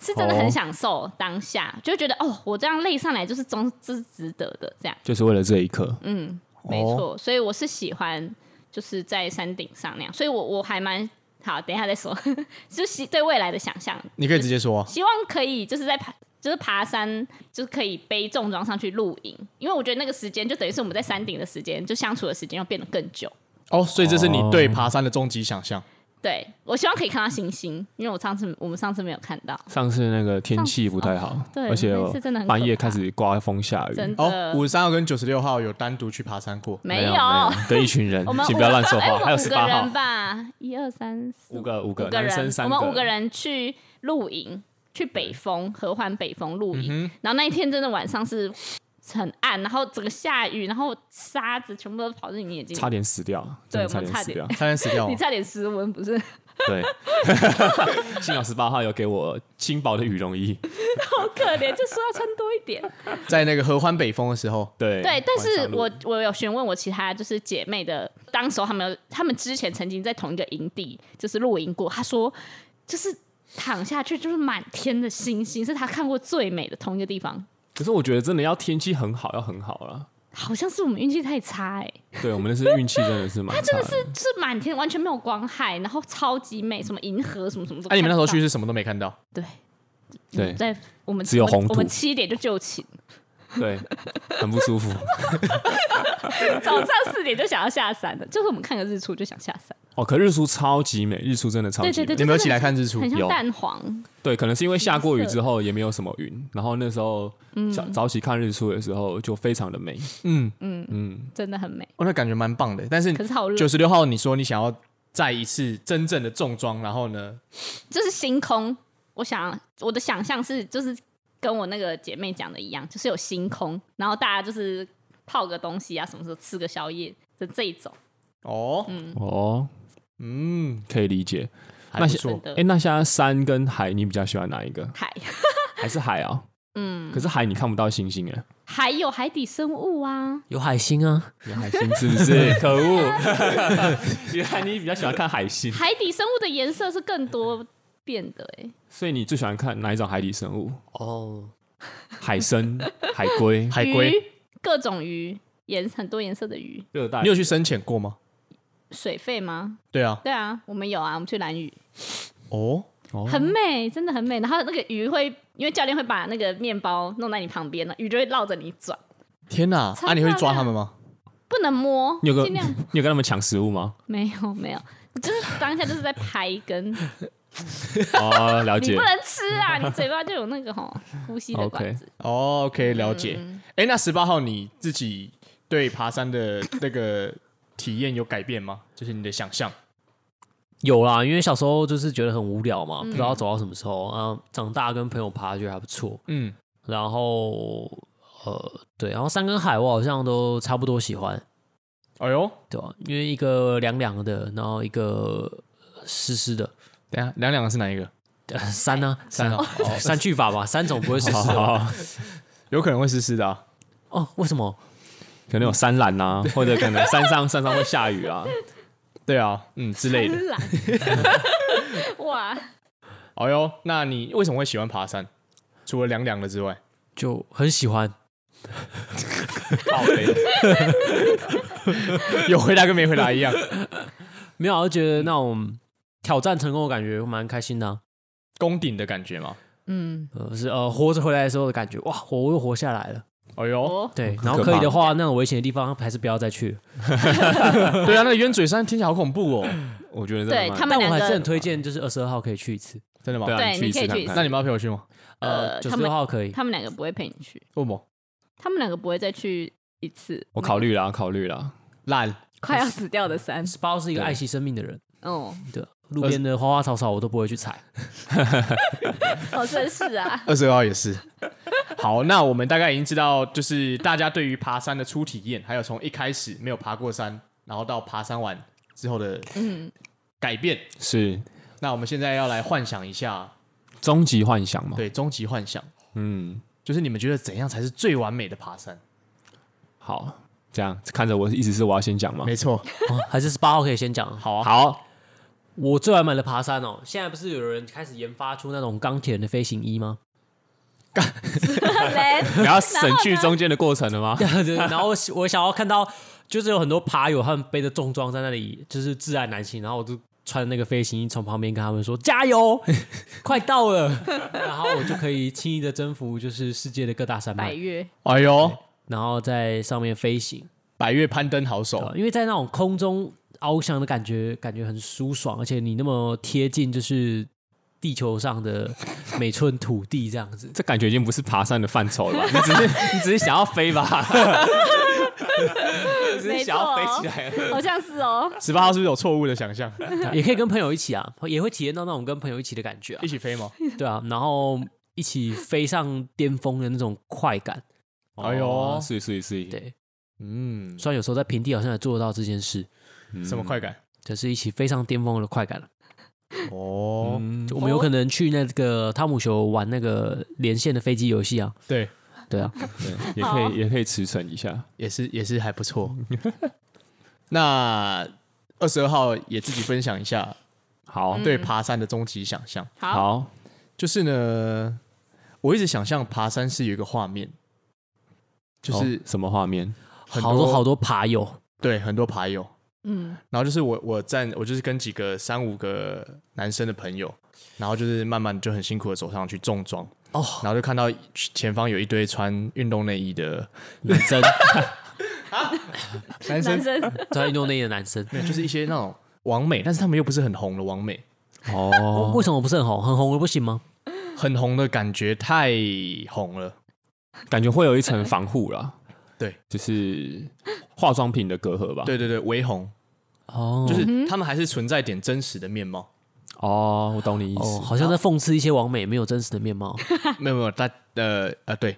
[SPEAKER 4] 是真的
[SPEAKER 3] 哦
[SPEAKER 4] 很享受当下，就觉得哦，我这样累上来就是终这是值得的，这样
[SPEAKER 3] 就是为了这一刻。
[SPEAKER 4] 嗯没
[SPEAKER 3] 哦
[SPEAKER 4] 错。所以我是喜欢就是在山顶上那样，所以我我还蛮好，等一下再说， 就是对未来的想象，
[SPEAKER 1] 你可以直接说啊。
[SPEAKER 4] 希望可以就是在爬。就是爬山，就是可以背重装上去露营，因为我觉得那个时间就等于是我们在山顶的时间，就相处的时间要变得更久。
[SPEAKER 1] 哦，所以这是你
[SPEAKER 3] 哦
[SPEAKER 1] 对爬山的终极想象。
[SPEAKER 4] 对，我希望可以看到星星，因为我上次我们上次没有看到，
[SPEAKER 3] 上次那个天气不太好，
[SPEAKER 4] 对
[SPEAKER 3] 而且
[SPEAKER 4] 那一次真的很
[SPEAKER 3] 半夜
[SPEAKER 4] 可怕
[SPEAKER 3] 开始刮风下雨，
[SPEAKER 4] 真的、
[SPEAKER 1] 哦，五十三号跟九十六号有单独去爬山过。
[SPEAKER 4] 没
[SPEAKER 3] 有
[SPEAKER 4] 有。
[SPEAKER 3] 的一群人
[SPEAKER 4] 我们，
[SPEAKER 3] 请不要
[SPEAKER 4] 五
[SPEAKER 3] 乱说
[SPEAKER 4] 哎我
[SPEAKER 3] 话。
[SPEAKER 4] 们
[SPEAKER 3] 还有
[SPEAKER 4] 五
[SPEAKER 3] 十
[SPEAKER 4] 个
[SPEAKER 3] 八号
[SPEAKER 4] 人，吧，一二三四
[SPEAKER 3] 五个五
[SPEAKER 4] 五
[SPEAKER 3] 个
[SPEAKER 4] 个
[SPEAKER 3] 男生
[SPEAKER 4] 人，
[SPEAKER 3] 三
[SPEAKER 4] 我们五个人去露营，去北峰合欢北峰露营、
[SPEAKER 3] 嗯
[SPEAKER 4] 然后那一天真的晚上是很暗，然后整个下雨，然后沙子全部都跑进你眼睛里，
[SPEAKER 3] 差点死掉，真
[SPEAKER 4] 对
[SPEAKER 3] 的差
[SPEAKER 4] 我们
[SPEAKER 3] 点死掉。
[SPEAKER 1] 差点死掉哦
[SPEAKER 4] 你，差点失温不是？
[SPEAKER 3] 对，幸好十八号有给我轻薄的羽绒衣，
[SPEAKER 4] 好可怜，就说要穿多一点。
[SPEAKER 1] 在那个合欢北风的时 候，
[SPEAKER 3] 对
[SPEAKER 4] 对，但
[SPEAKER 3] 晚
[SPEAKER 4] 是
[SPEAKER 3] 上录
[SPEAKER 4] 我我有询问我其他就是姐妹的，当时候她们有她们之前曾经在同一个营地就是露营过，她说就是躺下去就是满天的星星，是她看过最美的同一个地方，
[SPEAKER 3] 可是我觉得真的要天气很好，要很好了。
[SPEAKER 4] 好像是我们运气太差哎、
[SPEAKER 3] 对我们那是运气真的是蛮差的，是
[SPEAKER 4] 就是满天完全没有光害，然后超级美，什么银河什么什么都
[SPEAKER 1] 哎，
[SPEAKER 4] 看
[SPEAKER 1] 你
[SPEAKER 4] 不
[SPEAKER 1] 们那
[SPEAKER 4] 到。
[SPEAKER 1] 时候去是什么都没看到。
[SPEAKER 4] 对。
[SPEAKER 3] 对
[SPEAKER 4] 在我们
[SPEAKER 3] 只有
[SPEAKER 4] 我们
[SPEAKER 3] 红土
[SPEAKER 4] 我们七点就就寝，
[SPEAKER 3] 对，很不舒服。
[SPEAKER 4] 早上四点就想要下山了，就是我们看个日出就想下山。
[SPEAKER 3] 哦，可日出超级美，日出真的超级
[SPEAKER 4] 对
[SPEAKER 3] 美。
[SPEAKER 4] 对对，
[SPEAKER 1] 你们有
[SPEAKER 4] 就
[SPEAKER 1] 起
[SPEAKER 4] 真的
[SPEAKER 1] 来看日出
[SPEAKER 4] 很？像
[SPEAKER 3] 有
[SPEAKER 4] 蛋黄，
[SPEAKER 3] 对，可能是因为下过雨之后也没有什么云，然后那时候早
[SPEAKER 4] 嗯
[SPEAKER 3] 早起看日出的时候就非常的美。
[SPEAKER 1] 嗯，
[SPEAKER 4] 真的很美。
[SPEAKER 1] 哦，那感觉蛮棒的。但是
[SPEAKER 4] 可是好热，
[SPEAKER 1] 九十六号，你说你想要再一次真正的重装，然后呢？
[SPEAKER 4] 就是星空。我想我的想象是，就是跟我那个姐妹讲的一样，就是有星空，然后大家就是泡个东西啊，什么时候吃个宵夜的这一种。
[SPEAKER 1] 哦，
[SPEAKER 3] 哦，
[SPEAKER 1] 嗯，
[SPEAKER 3] 可以理解。
[SPEAKER 1] 还不
[SPEAKER 4] 真
[SPEAKER 1] 错。
[SPEAKER 4] 的
[SPEAKER 3] 哎、那现在山跟海，你比较喜欢哪一个？
[SPEAKER 4] 海，
[SPEAKER 3] 还是海啊？
[SPEAKER 4] 嗯，
[SPEAKER 3] 可是海你看不到星星哎，
[SPEAKER 4] 还有海底生物啊，
[SPEAKER 2] 有海星啊，
[SPEAKER 3] 有海星是不是？ 可恶！原来你比较喜欢看海星，
[SPEAKER 4] 海底生物的颜色是更多变的哎、
[SPEAKER 3] 所以你最喜欢看哪一种海底生物？
[SPEAKER 2] 哦，
[SPEAKER 3] 海参、海龟、
[SPEAKER 1] 海龟
[SPEAKER 4] 鱼、各种鱼，颜很多颜色的鱼，
[SPEAKER 3] 热带
[SPEAKER 1] 你有去深潜过吗？
[SPEAKER 4] 水肺吗？
[SPEAKER 1] 对啊，
[SPEAKER 4] 对啊，我们有啊，我们去蓝屿，
[SPEAKER 1] 哦，
[SPEAKER 3] 哦
[SPEAKER 4] 很美，真的很美。然后那个鱼会，因为教练会把那个面包弄在你旁边了，鱼就会绕着你转，
[SPEAKER 1] 天哪！
[SPEAKER 4] 超
[SPEAKER 1] 啊，你会去
[SPEAKER 4] 漂
[SPEAKER 1] 抓
[SPEAKER 4] 亮
[SPEAKER 1] 他们吗？
[SPEAKER 4] 不能摸，
[SPEAKER 3] 你有个
[SPEAKER 4] 尽量
[SPEAKER 3] 你有跟他们抢食物吗？
[SPEAKER 4] 没有没有，就是当下就是在拍 跟，你
[SPEAKER 3] 哦，了解
[SPEAKER 4] 不。能吃啊，你嘴巴就有那个吼呼吸的管子。
[SPEAKER 1] 哦，OK，了解。哎、那十八号你自己对爬山的那个体验有改变吗？就是你的想象。
[SPEAKER 2] 有啦，因为小时候就是觉得很无聊
[SPEAKER 4] 嗯
[SPEAKER 2] 嘛，不知道走到什么时候。啊，长大跟朋友爬觉得还不错，
[SPEAKER 1] 嗯，
[SPEAKER 2] 然后呃，对，然后山跟海我好像都差不多喜欢，
[SPEAKER 1] 哎呦，
[SPEAKER 2] 对吧、因为一个凉凉的，然后一个湿湿的。
[SPEAKER 1] 等一下两两个是哪一个？
[SPEAKER 2] 呃山呢、
[SPEAKER 1] 三号、
[SPEAKER 2] 哦，三句法吧，三种不会湿湿的吧。
[SPEAKER 3] 好，
[SPEAKER 1] 有可能会湿湿的、啊。
[SPEAKER 2] 哦，为什么？
[SPEAKER 3] 可能有山岚 啊，或者可能山上山上会下雨啊。
[SPEAKER 1] 对啊，嗯之类的。
[SPEAKER 4] 很懒 哇，
[SPEAKER 1] 哎呦，那你为什么会喜欢爬山？除了凉凉的之外，
[SPEAKER 2] 就很喜欢，
[SPEAKER 3] 靠北
[SPEAKER 1] 有回答跟没回答一样。
[SPEAKER 2] 没有，我就觉得那种挑战成功的感觉蛮开心的啊、
[SPEAKER 1] 攻顶的感觉嘛。
[SPEAKER 4] 嗯，
[SPEAKER 2] 呃，是呃活着回来的时候的感觉，哇，我又活下来了。
[SPEAKER 1] 哎呦，
[SPEAKER 4] 哦，
[SPEAKER 2] 对，然后
[SPEAKER 3] 可怕
[SPEAKER 2] 可以的话，那种危险的地方还是不要再去了。
[SPEAKER 1] 对啊，那个鸢嘴山听起来好恐怖哦，
[SPEAKER 3] 我觉得真的
[SPEAKER 4] 对
[SPEAKER 3] 蛮
[SPEAKER 4] 他们
[SPEAKER 2] 但我
[SPEAKER 4] 两
[SPEAKER 2] 还是很
[SPEAKER 4] 个，
[SPEAKER 2] 推荐，就是二十二号可以去一次，
[SPEAKER 1] 真的吗？
[SPEAKER 3] 对啊，
[SPEAKER 4] 对
[SPEAKER 3] 去一
[SPEAKER 4] 你可以
[SPEAKER 3] 次看
[SPEAKER 4] 去一
[SPEAKER 3] 看。
[SPEAKER 4] 次
[SPEAKER 1] 那你们要陪我去吗？
[SPEAKER 2] 呃，
[SPEAKER 4] 呃
[SPEAKER 2] 九
[SPEAKER 4] 他
[SPEAKER 2] 十
[SPEAKER 4] 们
[SPEAKER 2] 六号可以。
[SPEAKER 4] 他们两个不会陪你去，
[SPEAKER 1] 不不，
[SPEAKER 4] 他们两个不会再去一 次。
[SPEAKER 3] 我考虑啦，考虑啦。
[SPEAKER 1] 烂。
[SPEAKER 4] 快要死掉的山，
[SPEAKER 2] 十八号是一个爱惜生命的人，
[SPEAKER 4] 哦，
[SPEAKER 2] 对，路边的花花草草我都不会去踩。
[SPEAKER 4] 好真是啊，
[SPEAKER 1] 二十二号也是。好，那我们大概已经知道，就是大家对于爬山的初体验，还有从一开始没有爬过山，然后到爬山完之后的
[SPEAKER 4] 嗯，
[SPEAKER 1] 改变。
[SPEAKER 3] 是
[SPEAKER 1] 那我们现在要来幻想一下，
[SPEAKER 3] 终极幻想嘛？
[SPEAKER 1] 对，终极幻想，
[SPEAKER 3] 嗯，
[SPEAKER 1] 就是你们觉得怎样才是最完美的爬山？
[SPEAKER 3] 好，这样看着我，意思是我要先讲吗？
[SPEAKER 1] 没错，
[SPEAKER 2] 哦还是十八号可以先讲。
[SPEAKER 1] 好啊，
[SPEAKER 3] 好，
[SPEAKER 2] 我最完美的爬山哦，现在不是有人开始研发出那种钢铁人的飞行衣吗？
[SPEAKER 4] 来，
[SPEAKER 3] 你要省去中间的过程了吗？
[SPEAKER 2] 对然后我我想要看到，就是有很多爬友他们背着重装在那里，就是挚爱难行，然后我就穿那个飞行衣从旁边跟他们说加油， 快到了， 然后我就可以轻易的征服就是世界的各大山
[SPEAKER 4] 百
[SPEAKER 2] 脉，
[SPEAKER 4] 越，
[SPEAKER 1] 哎呦，
[SPEAKER 2] 然后在上面飞行，
[SPEAKER 1] 百越攀登好手，
[SPEAKER 2] 对因为在那种空中翱翔的感觉，感觉很舒爽，而且你那么贴近就是地球上的每寸土地这样子，
[SPEAKER 3] 这感觉已经不是爬山的范畴了 吧？你只是你只是想要飞吧？你只是想要飞起来了。
[SPEAKER 4] 好像是哦，
[SPEAKER 1] 十八号是不是有错误的想象？
[SPEAKER 2] 也可以跟朋友一起啊，也会体验到那种跟朋友一起的感觉啊
[SPEAKER 1] 一，起飞吗？
[SPEAKER 2] 对啊，然后一起飞上巅峰的那种快感，
[SPEAKER 1] 哎呦
[SPEAKER 3] 哦是是是，
[SPEAKER 2] 对，
[SPEAKER 1] 嗯，
[SPEAKER 2] 虽然有时候在平地好像也做得到这件事，
[SPEAKER 3] 嗯
[SPEAKER 1] 什么快感？
[SPEAKER 2] 就是一起飞上巅峰的快感了。
[SPEAKER 1] 哦，
[SPEAKER 3] 嗯
[SPEAKER 2] 就我们有可能去那个汤姆球玩那个连线的飞机游戏啊，
[SPEAKER 1] 对，
[SPEAKER 2] 对 啊，
[SPEAKER 3] 对也可
[SPEAKER 4] 好
[SPEAKER 3] 以也可以驰骋一下。
[SPEAKER 1] 也是也是还不 错。那二十二号也自己分享一下
[SPEAKER 3] 好，
[SPEAKER 1] 哦对
[SPEAKER 2] 嗯
[SPEAKER 1] 爬山的终极想象，
[SPEAKER 4] 好，
[SPEAKER 3] 好，
[SPEAKER 1] 就是呢，我一直想象爬山是有一个画面，就是
[SPEAKER 3] 哦什么画面？
[SPEAKER 1] 很
[SPEAKER 2] 好多好多爬友，
[SPEAKER 1] 对很多爬友，
[SPEAKER 4] 嗯，
[SPEAKER 1] 然后就是我我站我就是跟几个三五个男生的朋友，然后就是慢慢就很辛苦的走上去重装
[SPEAKER 2] 哦
[SPEAKER 1] 然后就看到前方有一堆穿运动内衣的
[SPEAKER 2] 男生
[SPEAKER 1] 男
[SPEAKER 4] 男生
[SPEAKER 2] 穿运动内衣的男生，
[SPEAKER 1] 没有就是一些那种王美，但是他们又不是很红的王美，
[SPEAKER 3] 哦，
[SPEAKER 2] 为什么不是很红？很红的不行吗？
[SPEAKER 1] 很红的感觉太红了。
[SPEAKER 3] 感觉会有一层防护啦。
[SPEAKER 1] 对，
[SPEAKER 3] 就是化妆品的隔阂吧。
[SPEAKER 1] 对对对，微红，
[SPEAKER 2] 哦，
[SPEAKER 1] 就是他们还是存在点真实的面貌。
[SPEAKER 3] 哦，我懂你意
[SPEAKER 2] 哦，
[SPEAKER 3] 思。
[SPEAKER 2] 好像在讽刺一些网美没有真实的面貌。
[SPEAKER 1] 没有没有，大呃呃 对。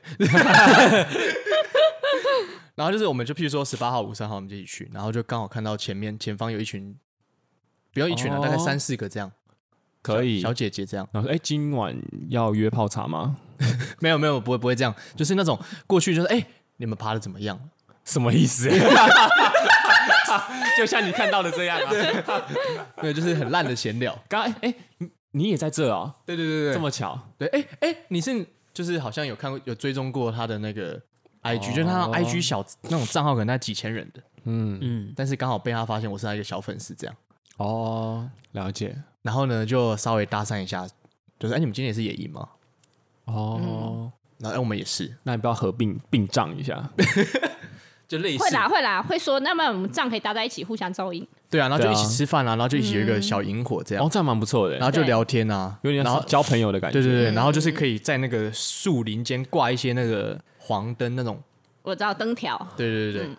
[SPEAKER 1] 然后就是我们就譬如说十八号、五三号，我们就一起去，然后就刚好看到前面前方有一群，不要一群了、啊
[SPEAKER 3] 哦
[SPEAKER 1] 大概三四个这样，
[SPEAKER 3] 可以
[SPEAKER 1] 小。姐姐这样。
[SPEAKER 3] 然后说，哎，今晚要约泡茶吗？
[SPEAKER 1] 没有没有，不会不会这样，就是那种过去就是哎、你们爬的怎么样？
[SPEAKER 3] 什么意 思？就像你看到的这样 啊。
[SPEAKER 1] 对，就是很烂的闲聊。
[SPEAKER 3] 刚哎哎，你你也在这啊？
[SPEAKER 1] 对对对对，
[SPEAKER 3] 这么巧？
[SPEAKER 1] 对，哎哎，你是就是好像有看过有追踪过他的那个 IG，、就是他的 IG 小那种账号可能才几千人的，
[SPEAKER 3] 嗯，
[SPEAKER 2] 嗯，
[SPEAKER 1] 但是刚好被他发现我是他一个小粉丝这样，
[SPEAKER 3] 哦，了解，
[SPEAKER 1] 然后呢就稍微搭讪一下，就是哎、你们今天也是野营吗？
[SPEAKER 3] 哦，
[SPEAKER 1] 然后哎、我们也是，
[SPEAKER 3] 那你不要合并并账一下，
[SPEAKER 1] 就类
[SPEAKER 4] 会啦会啦，会说那么我们账可以搭在一起，互相照应。
[SPEAKER 1] 对啊，然后就
[SPEAKER 3] 对啊
[SPEAKER 1] 一起吃饭啊，然后就一起有一个小萤火这样，
[SPEAKER 3] 哦，这样蛮不错的
[SPEAKER 1] 然，后就
[SPEAKER 4] 嗯对嗯
[SPEAKER 1] 聊天啊，
[SPEAKER 3] 有点
[SPEAKER 1] 然
[SPEAKER 3] 像
[SPEAKER 1] 后
[SPEAKER 3] 是交朋友的感觉，
[SPEAKER 1] 对对对，然后就是可以在那个树林间挂一些那个黄灯那种，
[SPEAKER 4] 我知道灯条，
[SPEAKER 1] 对对
[SPEAKER 4] 嗯
[SPEAKER 1] 对对、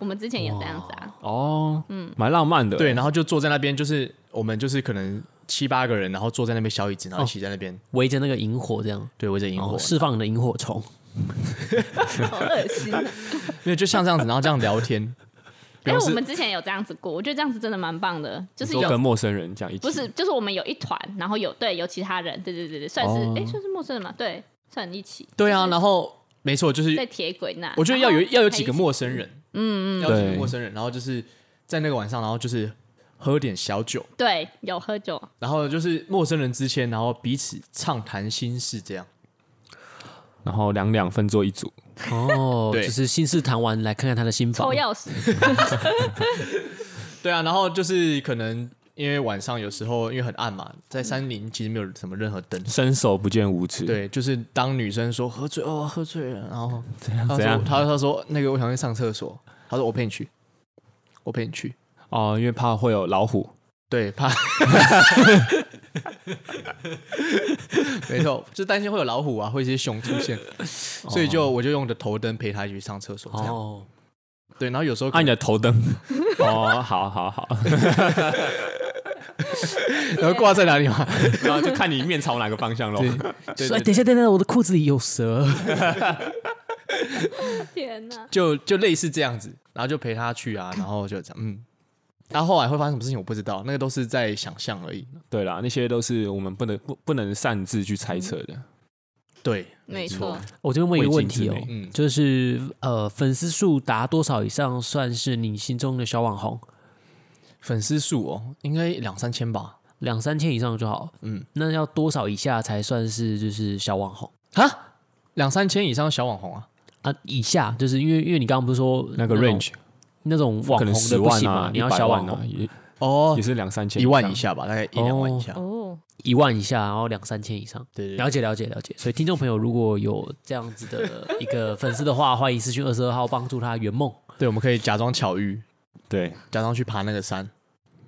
[SPEAKER 4] 我们之前也这样子啊。
[SPEAKER 3] 哦，嗯，蛮浪漫的，
[SPEAKER 1] 对，，然后就坐在那边，就是我们就是可能七八个人，然后坐在那边小椅子，然后一起在那边、
[SPEAKER 2] 围着那个萤火这样，
[SPEAKER 1] 对围着萤
[SPEAKER 2] 然
[SPEAKER 1] 火
[SPEAKER 3] 哦
[SPEAKER 2] 后，释放你的萤火虫，
[SPEAKER 4] 好恶心！啊
[SPEAKER 1] 因为就像这样子，然后这样聊天，
[SPEAKER 4] 但
[SPEAKER 1] 方
[SPEAKER 4] 是
[SPEAKER 1] 是
[SPEAKER 4] 我们之前有这样子过，我觉得这样子真的蛮棒的，就是
[SPEAKER 3] 都
[SPEAKER 4] 有
[SPEAKER 3] 跟陌生人这样一起，
[SPEAKER 4] 不是就是我们有一团，然后有对有其他人，对对对对，算是
[SPEAKER 3] 哦
[SPEAKER 4] 哎、算是陌生人嘛，对，算一起
[SPEAKER 1] 对啊，然后没错，就是
[SPEAKER 4] 在铁轨那。
[SPEAKER 1] 我觉得要有
[SPEAKER 4] 然后
[SPEAKER 1] 要有几
[SPEAKER 4] 还一
[SPEAKER 1] 个
[SPEAKER 4] 起
[SPEAKER 1] 陌生人，嗯嗯，要有几个
[SPEAKER 3] 对
[SPEAKER 1] 陌生人，然后就是在那个晚上，然后就是喝点小酒，
[SPEAKER 4] 对有喝酒，
[SPEAKER 1] 然后就是陌生人之间，然后彼此畅谈心事这样。
[SPEAKER 3] 然后两两分做一组，
[SPEAKER 2] 哦，
[SPEAKER 1] 对
[SPEAKER 2] 就是心事谈完来看看他的新房
[SPEAKER 4] 抽，钥匙，
[SPEAKER 1] 对啊，然后就是可能因为晚上有时候因为很暗嘛，在山林其实没有什么任何灯。
[SPEAKER 3] 伸手不见五指，，
[SPEAKER 1] 对，就是当女生说喝醉哦，喝醉了，然后
[SPEAKER 3] 怎样
[SPEAKER 1] 她
[SPEAKER 3] 怎
[SPEAKER 1] 说
[SPEAKER 3] 样，
[SPEAKER 1] 她她说那个我想去上厕所，她说我陪你去，我陪你去，
[SPEAKER 3] 哦，因为怕会有老虎，
[SPEAKER 1] 对，怕， 没错，就担心会有老虎啊，会一些熊出现，所以就我就用我的头灯陪她一起去上厕所，这样、
[SPEAKER 2] 哦，
[SPEAKER 1] 对，然后有时候可
[SPEAKER 3] 按
[SPEAKER 1] 能
[SPEAKER 3] 啊你的头 灯，哦，好好好，
[SPEAKER 1] 然后呃挂在哪里嘛，
[SPEAKER 3] 然后就看你面朝哪个方向喽，
[SPEAKER 1] 对对
[SPEAKER 2] 说哎，等一下，等一下，我的裤子里有蛇，
[SPEAKER 4] 天哪！
[SPEAKER 1] 就就类似这样子，然后就陪他去啊，然后就这样，嗯。然后后来会发生什么事情我不知道，那个都是在想象而已。
[SPEAKER 3] 对啦，那些都是我们不能不不能擅自去猜测的。
[SPEAKER 1] 对，
[SPEAKER 4] 没错，
[SPEAKER 2] 我这边问一个问题哦
[SPEAKER 3] 未经，
[SPEAKER 1] 嗯，
[SPEAKER 2] 就是呃，粉丝数达多少以上算是你心中的小网红？
[SPEAKER 1] 粉丝数哦，应该两三千吧。
[SPEAKER 2] 两三千以上就好，
[SPEAKER 1] 嗯
[SPEAKER 2] 嗯，那要多少以下才算是就是小网红
[SPEAKER 1] 啊，两三千以上的小网红啊，
[SPEAKER 2] 啊？以下就是因为因为你刚刚不是说
[SPEAKER 3] 那个
[SPEAKER 2] 种
[SPEAKER 3] range
[SPEAKER 2] 那种网
[SPEAKER 3] 可
[SPEAKER 2] 红
[SPEAKER 3] 能十
[SPEAKER 2] 的不
[SPEAKER 3] 万
[SPEAKER 2] 行
[SPEAKER 3] 啊
[SPEAKER 2] 嘛，，你要
[SPEAKER 3] 100
[SPEAKER 2] 小网
[SPEAKER 3] 万啊，
[SPEAKER 2] 红
[SPEAKER 3] 也
[SPEAKER 1] 哦
[SPEAKER 3] 也，是两三千，
[SPEAKER 1] 一万以，下吧，大概一两万以下。
[SPEAKER 4] 哦，
[SPEAKER 2] 一万以下，然后两三千以上。
[SPEAKER 1] 对对对
[SPEAKER 2] 了解了解了解，所以听众朋友如果有这样子的一个粉丝的话，欢迎私讯二十二号帮助他圆梦。
[SPEAKER 1] 对，我们可以假装巧遇，
[SPEAKER 3] 对，
[SPEAKER 1] 假装去爬那个山。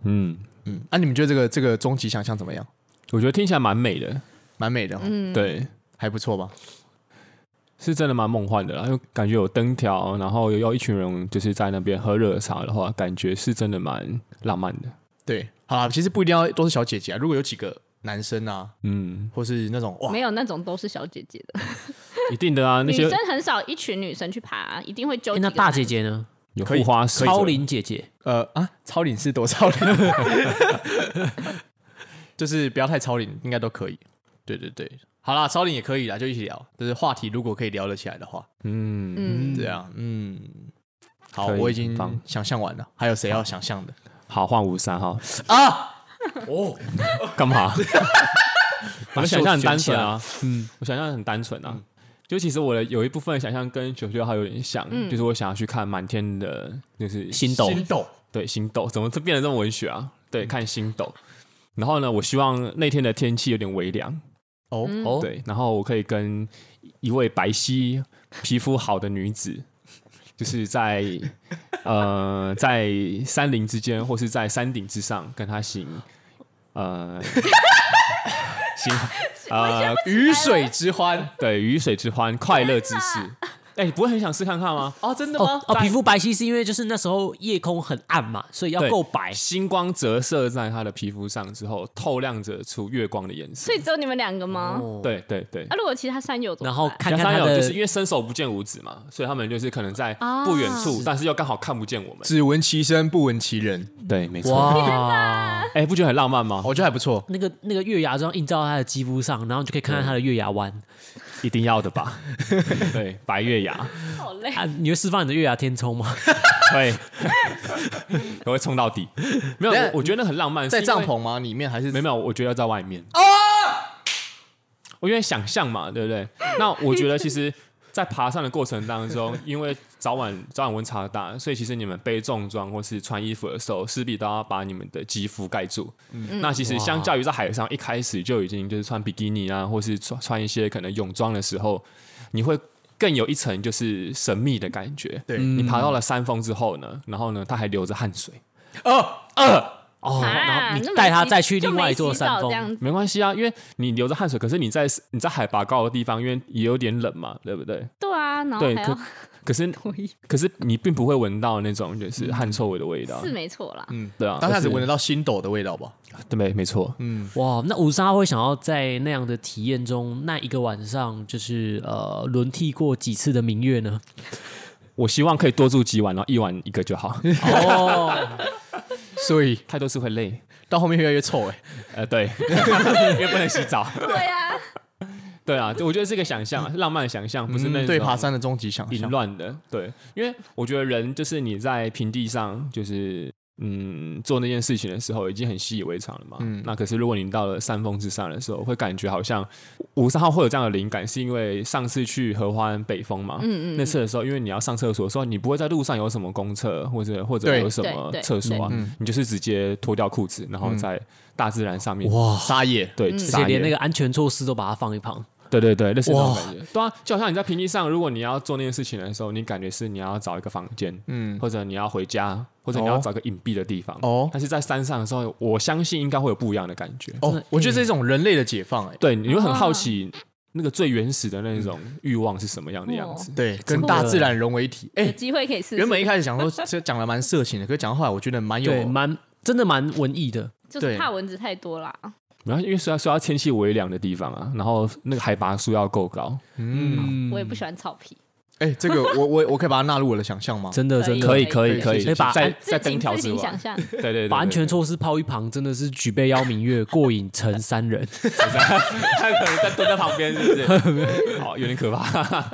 [SPEAKER 3] 嗯，
[SPEAKER 1] 嗯，那、你们觉得这个这个终极想象怎么样？
[SPEAKER 3] 我觉得听起来蛮美的，
[SPEAKER 1] 蛮美的、哦，
[SPEAKER 4] 嗯
[SPEAKER 2] 嗯
[SPEAKER 3] 对，
[SPEAKER 1] 还不错吧？
[SPEAKER 3] 是真的蛮梦幻的啦，因为感觉有灯条，然后有一群人就是在那边喝热茶的话，感觉是真的蛮浪漫的，
[SPEAKER 1] 对，好啦，其实不一定要都是小姐姐啊，如果有几个男生啊，
[SPEAKER 3] 嗯，
[SPEAKER 1] 或是那种哇
[SPEAKER 4] 没，有那种都是小姐姐的，
[SPEAKER 3] 一定的啊，那
[SPEAKER 4] 女
[SPEAKER 3] 些
[SPEAKER 4] 生很少一群女生去爬，一定会揪
[SPEAKER 2] 诶
[SPEAKER 4] 几个
[SPEAKER 2] 那
[SPEAKER 4] 男。
[SPEAKER 2] 大姐姐呢？
[SPEAKER 3] 有
[SPEAKER 1] 可以
[SPEAKER 3] 护花使者
[SPEAKER 2] 超龄姐姐
[SPEAKER 1] 呃啊，超龄是多超龄，就是不要太超龄，应该都可以。对对对，好啦，超龄也可以啦，就一起聊，就是话题如果可以聊得起来的话，
[SPEAKER 3] 嗯，
[SPEAKER 4] 嗯，
[SPEAKER 1] 这样，嗯，好，
[SPEAKER 3] 可以
[SPEAKER 1] 我已经
[SPEAKER 3] 很棒
[SPEAKER 1] 想象完了，还有谁要想象的？
[SPEAKER 3] 好，换五三 号，
[SPEAKER 1] 啊，哦，
[SPEAKER 3] 干嘛？ 我
[SPEAKER 2] 把
[SPEAKER 3] 的想象
[SPEAKER 2] 袖
[SPEAKER 3] 很
[SPEAKER 2] 子
[SPEAKER 3] 单
[SPEAKER 2] 卷起
[SPEAKER 3] 纯
[SPEAKER 2] 来
[SPEAKER 3] 啊，嗯，我想象很单纯啊。就其实我的有一部分想象跟九十六号有点像，
[SPEAKER 4] 嗯
[SPEAKER 3] 就是我想要去看满天的，就是
[SPEAKER 2] 星斗
[SPEAKER 1] 心动，
[SPEAKER 3] 对星斗，怎么这变得这么文学啊？对，看星斗。然后呢，我希望那天的天气有点微凉，
[SPEAKER 1] 哦，
[SPEAKER 2] 哦，
[SPEAKER 3] 对，然后我可以跟一位白皙、皮肤好的女子，就是在呃在山林之间，或是在山顶之上，跟她行呃行呃
[SPEAKER 1] 鱼水之欢，
[SPEAKER 3] 对鱼水之欢、快乐之事。哎、你不会很想试看看吗？
[SPEAKER 1] 哦，真的
[SPEAKER 2] 哦
[SPEAKER 1] 吗？
[SPEAKER 2] 哦，
[SPEAKER 1] 在
[SPEAKER 2] 皮肤白皙是因为就是那时候夜空很暗嘛，所以要
[SPEAKER 3] 对
[SPEAKER 2] 够白。
[SPEAKER 3] 星光折射在她的皮肤上之后，透亮着出月光的颜色
[SPEAKER 4] 所。以只有你们两个吗？
[SPEAKER 3] 对对对
[SPEAKER 1] 呃
[SPEAKER 4] 啊，。如果其他山友怎么
[SPEAKER 2] 哦然后
[SPEAKER 4] 办
[SPEAKER 2] 看看
[SPEAKER 3] 山
[SPEAKER 2] 他
[SPEAKER 3] 友
[SPEAKER 2] 的，
[SPEAKER 3] 就是因为伸手不见五指嘛，所以他们就是可能在
[SPEAKER 1] 啊
[SPEAKER 3] 不远处，但是又刚好看不见我们。
[SPEAKER 1] 只闻其声不闻其人，
[SPEAKER 3] 对，没错。
[SPEAKER 2] 哇，
[SPEAKER 3] 哎、不觉得很浪 漫吗？
[SPEAKER 1] 哦我觉得还不错。
[SPEAKER 2] 那个那个月牙妆映照到他的肌肤上，然后你就可以看到他的月牙弯
[SPEAKER 3] 一定要的 吧？对，白月牙，
[SPEAKER 4] 好累，
[SPEAKER 2] 啊！你会释放你的月牙天冲吗？
[SPEAKER 3] 对， 我会冲到底。没
[SPEAKER 1] 等
[SPEAKER 3] 有，
[SPEAKER 1] 一下
[SPEAKER 3] 我我觉得很浪漫，
[SPEAKER 1] 在
[SPEAKER 3] 是因
[SPEAKER 1] 帐
[SPEAKER 3] 为，
[SPEAKER 1] 篷吗？里面还是
[SPEAKER 3] 没有没有，我觉得要在外面。我因为想象嘛，对不对？那我觉得其实在爬山的过程当中，因为早晚 早晚温差大，所以其实你们背重装或是穿衣服的时候，势必都要把你们的肌肤盖住。那其实相较于在海上，一开始就已经就是穿比基尼啊，或是穿穿一些可能泳装的时候，你会更有一层就是神秘的感觉。
[SPEAKER 1] 对
[SPEAKER 3] 你爬到了山峰之后呢，然后呢，它还流着汗水。
[SPEAKER 2] 哦，
[SPEAKER 4] 啊
[SPEAKER 2] 然后你
[SPEAKER 4] 那么
[SPEAKER 2] 带他
[SPEAKER 4] 洗
[SPEAKER 2] 再去
[SPEAKER 4] 就
[SPEAKER 2] 另
[SPEAKER 4] 没
[SPEAKER 2] 外一
[SPEAKER 4] 洗
[SPEAKER 2] 座山
[SPEAKER 4] 澡这
[SPEAKER 2] 峰，
[SPEAKER 4] 样子
[SPEAKER 3] 没关系啊，因为你流着汗水，可是你在你在海拔高的地方，因为也有点冷嘛，对不对？
[SPEAKER 4] 对啊，然后
[SPEAKER 3] 对
[SPEAKER 4] 还
[SPEAKER 3] 可
[SPEAKER 4] 要
[SPEAKER 3] 可是
[SPEAKER 4] 脱衣，
[SPEAKER 3] 可是你并不会闻到那种就是汗臭味的味道，
[SPEAKER 4] 是没错啦。
[SPEAKER 3] 对啊，
[SPEAKER 1] 当下只闻得嗯
[SPEAKER 3] 得
[SPEAKER 1] 到新斗的味道吧？
[SPEAKER 3] 对没没错，
[SPEAKER 2] 哇，那五沙会想要在那样的体验中，那一个晚上就是呃轮替过几次的明月呢？
[SPEAKER 3] 我希望可以多住几晚，然后一晚一个就好，
[SPEAKER 2] 哦，
[SPEAKER 1] 所以
[SPEAKER 3] 太多次会累，
[SPEAKER 1] 到后面越来越臭哎、
[SPEAKER 3] 呃，对，因为不能洗澡，
[SPEAKER 4] 对 啊，
[SPEAKER 3] 对啊，我觉得是个想象啊，是浪漫的想象，不是那
[SPEAKER 1] 嗯
[SPEAKER 3] 种
[SPEAKER 1] 对爬山的终极想
[SPEAKER 3] 凌
[SPEAKER 1] 象。
[SPEAKER 3] 乱的，对，因为我觉得人就是你在平地上就是。嗯，做那件事情的时候已经很习以为常了嘛。
[SPEAKER 4] 嗯
[SPEAKER 3] 那可是如果你到了山峰之上的时候，会感觉好像五三号会有这样的灵感，是因为上次去合欢北峰嘛。
[SPEAKER 4] 嗯嗯
[SPEAKER 3] 那次的时候，因为你要上厕所的时候，你不会在路上有什么公厕或者或者
[SPEAKER 1] 对
[SPEAKER 3] 有什么
[SPEAKER 4] 对对嗯
[SPEAKER 3] 厕所啊
[SPEAKER 1] 对嗯，
[SPEAKER 3] 你就是直接脱掉裤子，然后在大自然上面。
[SPEAKER 1] 哇，撒野，
[SPEAKER 3] 对，
[SPEAKER 2] 而
[SPEAKER 3] 撒
[SPEAKER 2] 且
[SPEAKER 3] 野
[SPEAKER 2] 连那个安全措施都把它放一旁。
[SPEAKER 3] 对对对，类似那种
[SPEAKER 1] 哇
[SPEAKER 3] 感觉。对啊，就好像你在平地上，如果你要做那件事情的时候，你感觉是你要找一个房间，
[SPEAKER 1] 嗯，
[SPEAKER 3] 或者你要回家，或者你
[SPEAKER 1] 哦
[SPEAKER 3] 要找一个隐蔽的地方。
[SPEAKER 1] 哦
[SPEAKER 3] 但是在山上的时候，我相信应该会有不一样的感觉。
[SPEAKER 1] 哦，我觉得这是一种人类的解放哎、
[SPEAKER 3] 对，你会很好奇那个最原始的那种欲望是什么样的样子。
[SPEAKER 1] 对，跟大自然融为一体哎、
[SPEAKER 4] 哦有机会可以试试。
[SPEAKER 1] 原本一开始想说 这讲的蛮色情的，可是讲到后来我觉得蛮有
[SPEAKER 2] 对，蛮真的蛮文艺的。
[SPEAKER 4] 就是
[SPEAKER 1] 对
[SPEAKER 4] 怕蚊子太多啦。
[SPEAKER 3] 然后因为说要说要天气微凉的地方啊，然后那个海拔数要够高，
[SPEAKER 2] 嗯
[SPEAKER 4] 我也不喜欢草皮，
[SPEAKER 1] 哎、这 个我我我可以把它纳入我的想象吗？
[SPEAKER 2] 真的真的
[SPEAKER 4] 可以
[SPEAKER 3] 可
[SPEAKER 1] 以哦可以
[SPEAKER 2] 把
[SPEAKER 3] 在
[SPEAKER 2] 安
[SPEAKER 3] 在
[SPEAKER 4] 自
[SPEAKER 3] 灯
[SPEAKER 4] 己
[SPEAKER 3] 条
[SPEAKER 4] 自
[SPEAKER 3] 之
[SPEAKER 4] 己想
[SPEAKER 3] 外，
[SPEAKER 4] 象。
[SPEAKER 3] 对对对，
[SPEAKER 2] 把安全
[SPEAKER 3] 做，
[SPEAKER 2] 措施抛一旁，真的是举杯邀明月，过影成三人。
[SPEAKER 3] 他可能在蹲在旁边，是不是？好，有点可怕。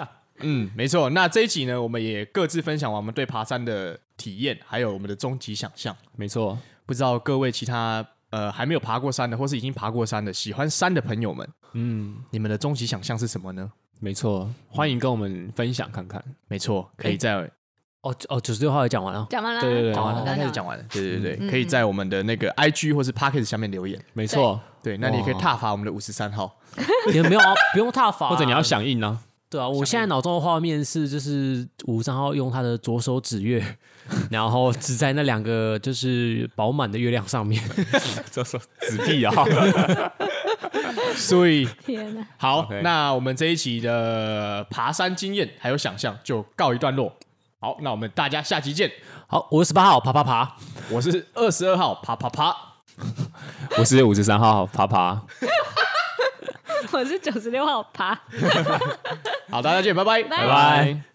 [SPEAKER 1] 嗯，没错。那这一集呢，我们也各自分享完我们对爬山的体验，还有我们的终极想象。
[SPEAKER 3] 没错，
[SPEAKER 1] 不知道各位其他呃还没有爬过山的，或是已经爬过山的，喜欢山的朋友们，
[SPEAKER 3] 嗯。
[SPEAKER 1] 你们的终极想象是什么呢？
[SPEAKER 3] 没错，欢迎跟我们分享看看。
[SPEAKER 1] 没错，可以在、
[SPEAKER 2] 哦哦，九十六号也讲完了。
[SPEAKER 4] 讲完了，
[SPEAKER 3] 对对对
[SPEAKER 1] 讲完了，
[SPEAKER 2] 哦
[SPEAKER 1] 大
[SPEAKER 4] 刚
[SPEAKER 1] 概是
[SPEAKER 4] 刚
[SPEAKER 1] 讲完了。对对对，
[SPEAKER 4] 嗯
[SPEAKER 1] 可以在我们的那个 IG 或是 Pocket 下面留言。
[SPEAKER 3] 没错，
[SPEAKER 1] 对，那你也可以踏伐我们的五十三号。
[SPEAKER 2] 也没有啊，不用踏 法，
[SPEAKER 3] 或者你要响应呢、
[SPEAKER 2] 对啊，我现在脑中的画面是，就是五三号用他的左手指月，然后指在那两个就是饱满的月亮上面。
[SPEAKER 3] 啊， 这是子弟啊。
[SPEAKER 1] 所以
[SPEAKER 4] 天哪，
[SPEAKER 1] 好
[SPEAKER 3] OK
[SPEAKER 1] 那我们这一期的爬山经验还有想象就告一段落。好，那我们大家下期见。
[SPEAKER 2] 好，我是十八号，爬爬爬，
[SPEAKER 1] 我是二十二号，爬爬爬。
[SPEAKER 3] 我是五十三号爬爬，
[SPEAKER 4] 我是九十六号爬，
[SPEAKER 1] 好，大家见，拜拜，
[SPEAKER 4] 拜
[SPEAKER 3] 拜拜。